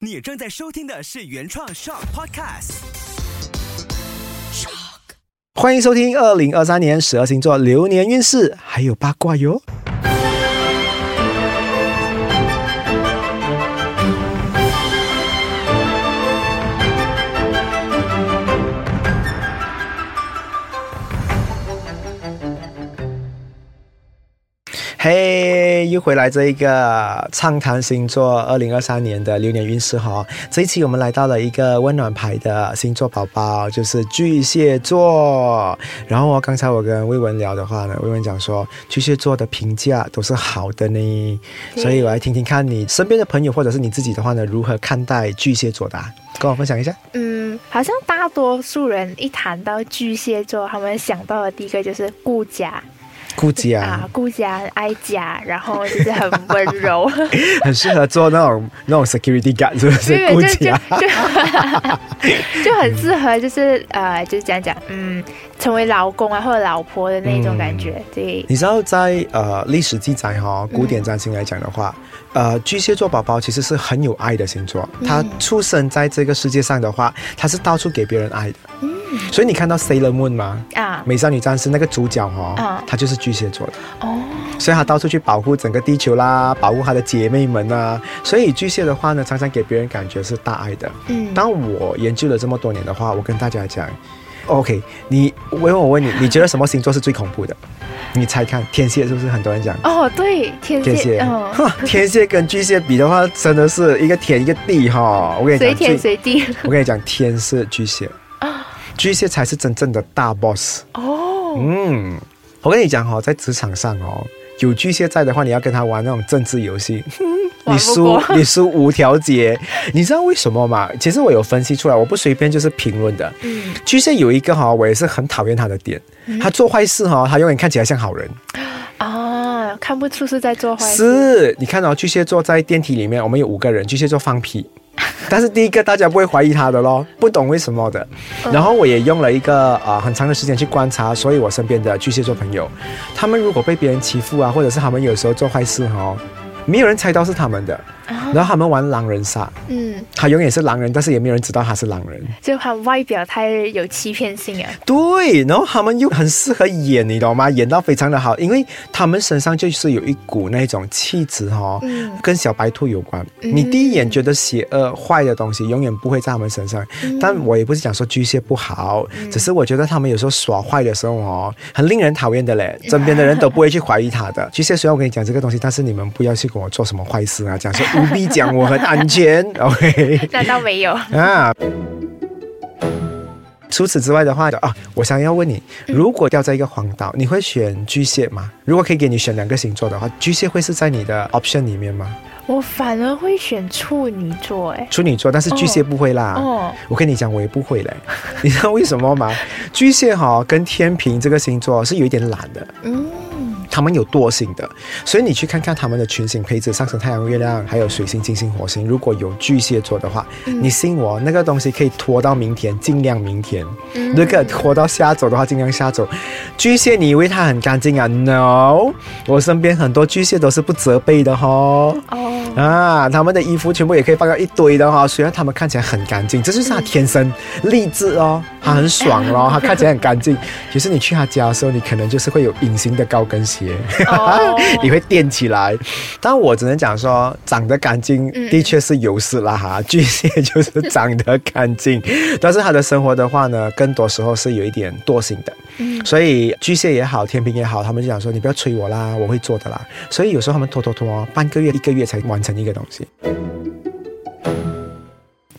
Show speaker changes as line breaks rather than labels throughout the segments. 你正在收听的是原创 Shock Podcast。
欢迎收听二零二三年十二星座流年运势，还有八卦哟。嘿、又回来这一个畅谈星座二零二三年的流年运势哈、这一期我们来到了一个温暖牌的星座宝宝，就是巨蟹座。然后哦刚才我跟魏文聊的话呢，魏文讲说巨蟹座的评价都是好的呢，
对
所以我来听听看你身边的朋友或者是你自己的话呢，如何看待巨蟹座的、啊，跟我分享一下。
嗯，好像大多数人一谈到巨蟹座，他们想到的第一个就是顾家
估计啊
啊，，顾家爱家，然后就是很温 柔，
很适合做那种那种 security guard，是不是？
对，
估
就
计
就
啊，
就就很适合，就是呃，就是讲讲，嗯，成为老公啊或者老婆的那种感觉，对，
你知道在呃历史记载哈、古典占星来讲的话，呃巨蟹座宝宝其实是很有爱的星座，他出生在这个世界上的话，他是到处给别人爱的。所以你看到 Sailor Moon 吗？
啊，
美少女战士那个主角哦，
嗯
他就是巨蟹座的，
哦，
所以他到处去保护整个地球啦，保护他的姐妹们啊。所以巨蟹的话呢，常常给别人感觉是大爱的。
嗯，
当我研究了这么多年的话，我跟大家讲，OK，你我因为我问你，你觉得什么星座是最恐怖的？你猜看，天蝎是不是很多人讲？
哦，对，天
天蝎，哦
蝎，嗯，
哈，天蝎跟巨蟹比的话，真的是一个天一个地哈。我跟你
随
讲，
天
最
随地，
我跟你讲，天是巨蟹，巨蟹才是真正的大 boss。
哦，
嗯，我跟你讲哦，在职场上哦，有巨蟹在的话，你要跟他玩那种政治游戏，你
玩不
输
过
你输无条解。你知道为什么吗？其实我有分析出来，我不随便就是评论的。
嗯，
巨蟹有一个哈、我也是很讨厌他的点，他做坏事哈、他永远看起来像好人。
啊，看不出是在做坏事，
是，你看到、哦巨蟹座在电梯里面，我们有五个人，巨蟹座放屁。但是第一个大家不会怀疑他的咯，不懂为什么的。然后我也用了一个啊、呃很长的时间去观察，所以我身边的巨蟹座朋友，他们如果被别人欺负啊，或者是他们有时候做坏事哦，没有人猜到是他们的，
啊
然后他们玩狼人杀，
嗯，
他永远是狼人，但是也没有人知道他是狼人。
就他外表太有欺骗性啊，
对，然后他们又很适合演，你懂吗？演到非常的好，因为他们身上就是有一股那种气质哦，
嗯
跟小白兔有关。
嗯
你第一眼觉得邪恶坏的东西，永远不会在他们身上。但我也不是讲说巨蟹不好，只是我觉得他们有时候耍坏的时候哦，很令人讨厌的嘞，身边的人都不会去怀疑他的。巨蟹虽然我跟你讲这个东西，但是你们不要去跟我做什么坏事啊，讲说务必讲我很安全，OK。
那倒没有，
啊。除此之外的话啊，我想要问你，
嗯
如果掉在一个荒岛，你会选巨蟹吗？如果可以给你选两个星座的话，巨蟹会是在你的 option 里面吗？
我反而会选处女座，哎，
处女座，但是巨蟹不会啦。
哦，
我跟你讲，我也不会嘞。 你知道为什么吗？巨蟹哈、跟天平这个星座是有一点懒的，
嗯，
他们有惰性的，所以你去看看他们的群星配置，上升太阳、月亮，还有水星、金星、火星，如果有巨蟹座的话，
嗯
你信我，那个东西可以拖到明天，尽量明天。
嗯
如果拖到下周的话，尽量下周。巨蟹，你以为它很干净啊？No，我身边很多巨蟹都是不责备的哦。
哦，
啊，他们的衣服全部也可以放到一堆的哈、哦虽然他们看起来很干净，这就是他天生励志哦，
嗯
他很爽 哦，他看起来很干净。其实你去他家的时候，你可能就是会有隐形的高跟鞋，
哦
你会垫起来。但我只能讲说，长得干净
嗯
的确是优势啦哈， 巨蟹就是长得干 净，但是他的生活的话呢，更多时候是有一点惰性的。
嗯
所以巨蟹也好，天平也好，他们就想说你不要催我啦，我会做的啦。所以有时候他们拖拖拖，半个月、一个月才完成一个东西。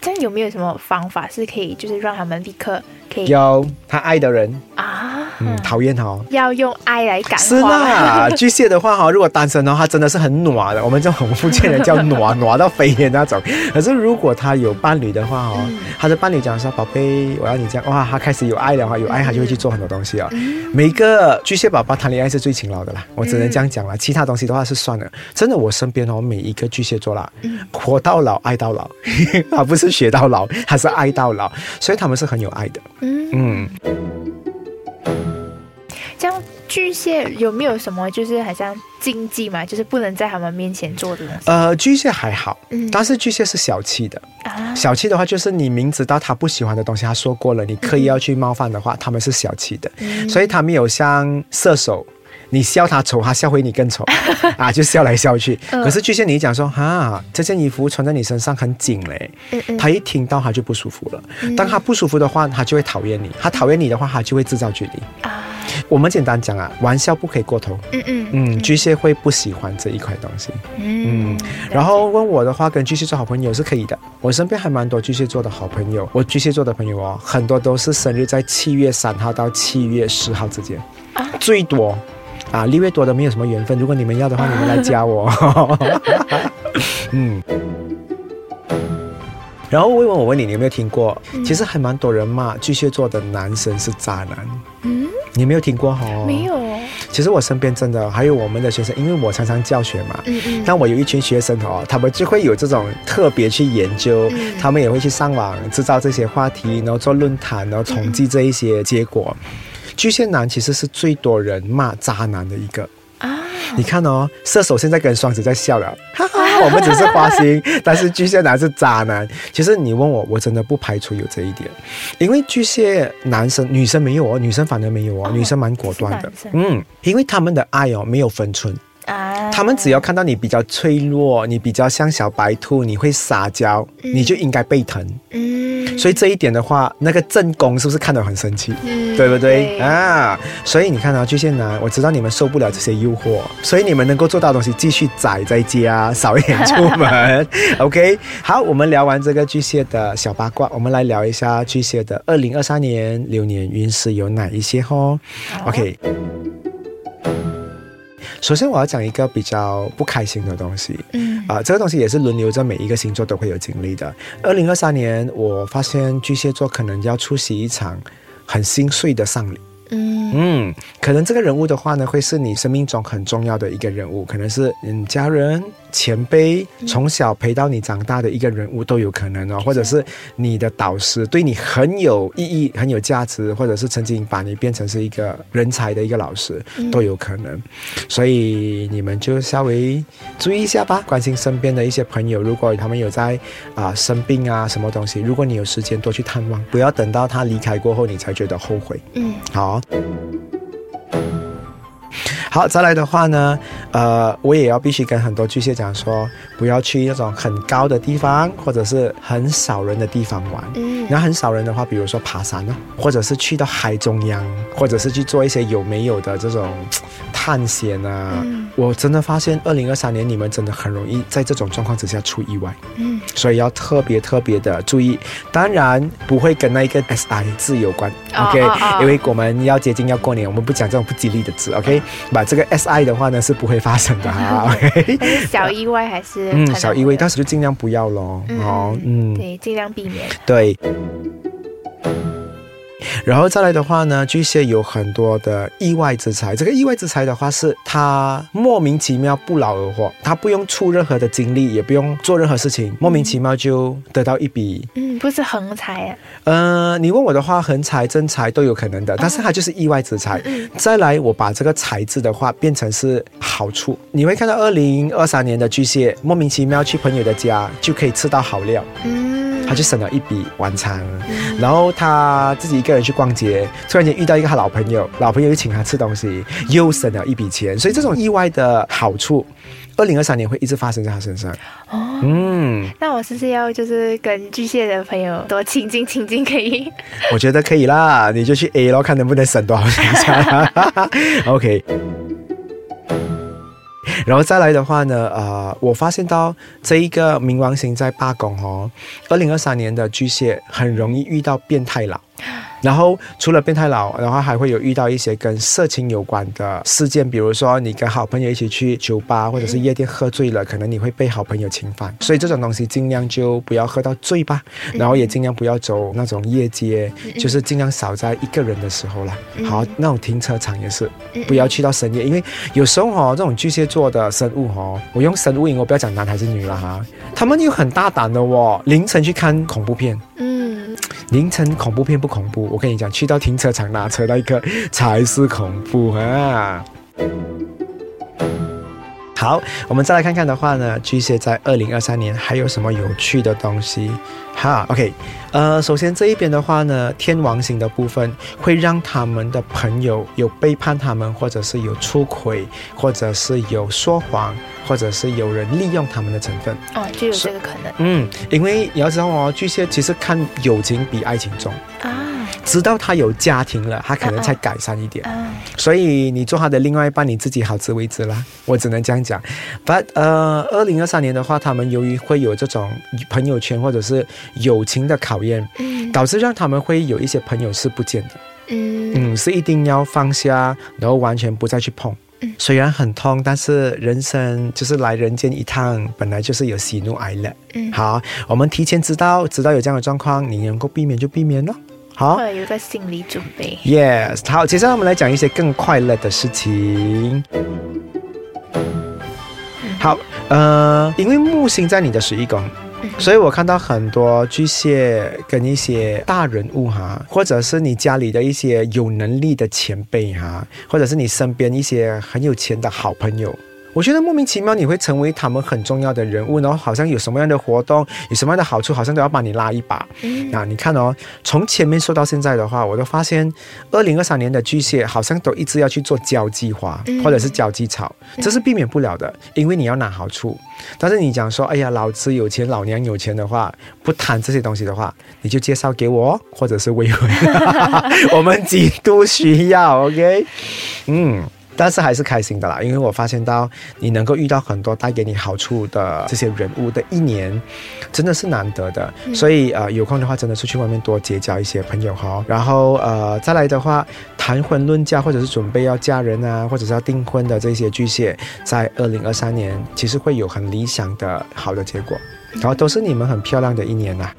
这样有没有什么方法是可以，就是让他们立刻可以
有他爱的人，
啊？
嗯，讨厌他哦。
要用爱来 感
是
化吗，
啦，巨蟹的话哈，如果单身的话，他真的是很暖的。我们这种福建人叫暖，暖到飞的那种。可是如果他有伴侣的话哦，他的伴侣讲说：“宝贝，我要你这样。”哇，他开始有爱的话，有爱他就会去做很多东西啊。每一个巨蟹宝宝谈恋爱是最勤劳的啦，我只能这样讲啦。其他东西的话是算了。真的，我身边哦，每一个巨蟹座啦，活到老爱到老，他不是学到老，他是爱到嗯老，所以他们是很有爱的。
嗯，
嗯。
这样巨蟹有没有什么就是好像禁忌嘛？就是不能在他们面前做的东西
呃，巨蟹还好
嗯，
但是巨蟹是小气的。
啊？
小气的话，就是你明知道他不喜欢的东西，他说过了，你刻意要去冒犯的话，他们是小气的。
嗯
所以他没有像射手，你笑他丑，他笑回你更 丑啊，就笑来笑去。
嗯
可是巨蟹你一讲说哈，这件衣服穿在你身上很紧嘞，
嗯嗯
他一听到他就不舒服了。当他不舒服的话，他就会讨厌你；他讨厌你的话，他就会制造距离。
啊，
我们简单讲啊，玩笑不可以过头。
嗯嗯
嗯，巨蟹会不喜欢这一块东西。
嗯，
然后问我的话，跟巨蟹座好朋友是可以的。我身边还蛮多巨蟹座的好朋友，我巨蟹座的朋友哦，很多都是生日在七月三号到七月十号之间，
啊
最多。啊，六月多的没有什么缘分，如果你们要的话，你们来加我。 嗯。然后问问我问你，你有没有听过？
嗯
其实还蛮多人骂巨蟹座的男生是渣男，
嗯，
你没有听过哈、
没。有，
其实我身边真的还有我们的学生，因为我常常教学嘛，
嗯嗯，
但我有一群学生哦，他们就会有这种特别去研究，
嗯
他们也会去上网制造这些话题，然后做论坛，然后统计这一些结果。
嗯
巨蟹男其实是最多人骂渣男的一个。
啊，
你看哦，射手现在跟双子在笑了，哈哈， 我们只是花心，但是巨蟹男是渣男。其实你问我，我真的不排除有这一点，因为巨蟹男生女生没有哦，女生反而没有哦，
哦
女生蛮果断的
是，男
嗯，因为他们的爱哦没有分寸，
啊，
他们只要看到你比较脆弱，你比较像小白兔，你会撒娇，
嗯
你就应该被疼。
嗯，
所以这一点的话，那个正宫是不是看得很生气？
嗯
对不对啊？所以你看啊，巨蟹男，我知道你们受不了这些诱惑，所以你们能够做到的东西，继续宅在家，少一点出门。OK，好，我们聊完这个巨蟹的小八卦，我们来聊一下巨蟹的二零二三年流年运势有哪一些哦。OK。首先，我要讲一个比较不开心的东西。
嗯
啊、这个东西也是轮流着每一个星座都会有经历的。二零二三年，我发现巨蟹座可能要出席一场很心碎的丧礼。
嗯
嗯，可能这个人物的话呢，会是你生命中很重要的一个人物，可能是嗯家人、前辈，从小陪到你长大的一个人物都有可能哦，或者是你的导师，对你很有意义、很有价值，或者是曾经把你变成是一个人才的一个老师都有可能。所以你们就稍微注意一下吧，关心身边的一些朋友，如果他们有在啊、生病啊什么东西，如果你有时间多去探望，不要等到他离开过后你才觉得后悔。
嗯
好。好，再来的话呢，呃，我也要必须跟很多巨蟹讲说，不要去那种很高的地方，或者是很少人的地方玩。
嗯，
然后很少人的话，比如说爬山啊，或者是去到海中央，或者是去做一些有没有的这种探险啊。
嗯
我真的发现，二零二三年你们真的很容易在这种状况之下出意外。
嗯
所以要特别特别的注意。当然不会跟那一个 S I 字有关、
哦
o k
哦嗯哦
因为我们要接近要过年，我们不讲这种不吉利的字，OK？把这个 S I 的话呢是不会发 生的哈，OK？
但是小意外还是
嗯，
很
小
好
意外，
的
到时就尽量不要咯。
嗯
哦，嗯，
对，尽量避免。
对。然后再来的话呢，巨蟹有很多的意外之财。这个意外之财的话，是他莫名其妙不劳而获，他不用出任何的精力，也不用做任何事情，莫名其妙就得到一笔
嗯，不是横财啊，
呃，你问我的话，横财、正财都有可能的，但是它就是意外之财。
嗯
再来，我把这个财字的话变成是好处，你会看到二零二三年的巨蟹莫名其妙去朋友的家就可以吃到好料，
嗯，
他就省了一笔晚餐。然后他自己一个人去逛街，突然间遇到一个他老朋友，老朋友就请他吃东西，又省了一笔钱。所以这种意外的好处，二零二三年会一直发生在他身上。
哦。
嗯。
那我是不是要就是跟巨蟹的朋友多亲近亲近，可以？
我觉得可以啦，你就去 A 咯，看能不能省多少钱下来。OK。然后 再来的话呢，呃，我发现到这一个冥王星在罢工哦，二零二三年的巨蟹很容易遇到变态佬，然后除了变态佬，然后还会有遇到一些跟色情有关的事件，比如说你跟好朋友一起去酒吧或者是夜店喝醉了，可能你会被好朋友侵犯，所以这种东西尽量就不要喝到醉吧，然后也尽量不要走那种夜街，就是尽量少在一个人的时候啦。好，那种停车场也是
嗯
不要去到深夜，因为有时候哦，这种巨蟹座的生物哦，我用生物引，我不要讲男还是女啦哈，他们又很大胆的哦，凌晨去看恐怖片。
嗯，
凌晨恐怖片不恐怖，我跟你讲，去到停车场拿车那一刻才是恐怖啊！好，我们再来看看的话呢，巨蟹在二零二三年还有什么有趣的东西？哈，OK，呃，首先这一边的话呢，天王星的部分会让他们的朋友有背叛他们，或者是有出轨，或者是有说谎，或者是有人利用他们的成分。
哦，就有
是
这个可能
嗯，因为你要知道哦，巨蟹其实看友情比爱情重，
啊
直到他有家庭了，他可能才改善一点。
啊，
所以你做他的另外一半，你自己好自为之啦。我只能这样讲。But 呃，二零二三年的话，他们由于会有这种朋友圈或者是友情的考验，
嗯
导致让他们会有一些朋友是不见的。
嗯
嗯，是一定要放下，然后完全不再去碰
嗯。
虽然很痛，但是人生就是来人间一趟，本来就是有喜怒哀乐。
嗯，
好，我们提前知道，知道有这样的状况，你能够避免就避免咯。好
会有一个心理准备。
，Yes，好，接下来我们来讲一些更快乐的事情。好，呃，因为木星在你的十一宫，
嗯
所以我看到很多巨蟹跟一些大人物哈，或者是你家里的一些有能力的前辈哈，或者是你身边一些很有钱的好朋友。我觉得莫名其妙你会成为他们很重要的人物，然哦后好像有什么样的活动，有什么样的好处，好像都要帮你拉一把。
嗯
那你看哦，从前面说到现在的话，我都发现，二零二三年的巨蟹好像都一直要去做交际花
嗯
或者是交际草，这是避免不了的，因为你要拿好处。但是你讲说，哎呀，老子有钱，老娘有钱的话，不谈这些东西的话，你就介绍给我哦，或者是未婚，我们极度需要，OK，嗯。但是还是开心的啦，因为我发现到你能够遇到很多带给你好处的这些人物的一年，真的是难得的。所以呃，有空的话真的出去外面多结交一些朋友哈、然后呃，再来的话，谈婚论嫁或者是准备要嫁人啊，或者是要订婚的这些巨蟹，在二零二三年其实会有很理想的好的结果，然后都是你们很漂亮的一年呐、啊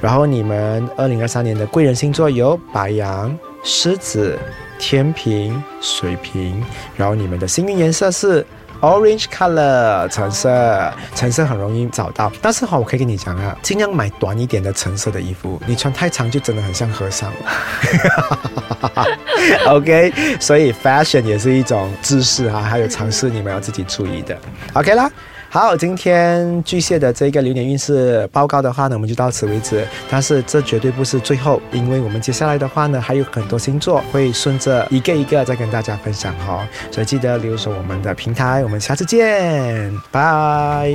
然后你们二零二三年的贵人星座有白羊、狮子、天平、水瓶，然后你们的幸运颜色是 orange color 橙色，橙色很容易找到。但是哈、我可以跟你讲啊，尽量买短一点的橙色的衣服，你穿太长就真的很像和尚了。OK，所 以 fashion 也是一种知识啊，还有尝试你们要自己注意的。OK 啦。好，今天巨蟹的这个流年运势报告的话呢，我们就到此为止。但是这绝对不是最后，因为我们接下来的话呢，还有很多星座会顺着一个一个再跟大家分享哈、哦。所以记得留守我们的平台，我们下次见，拜。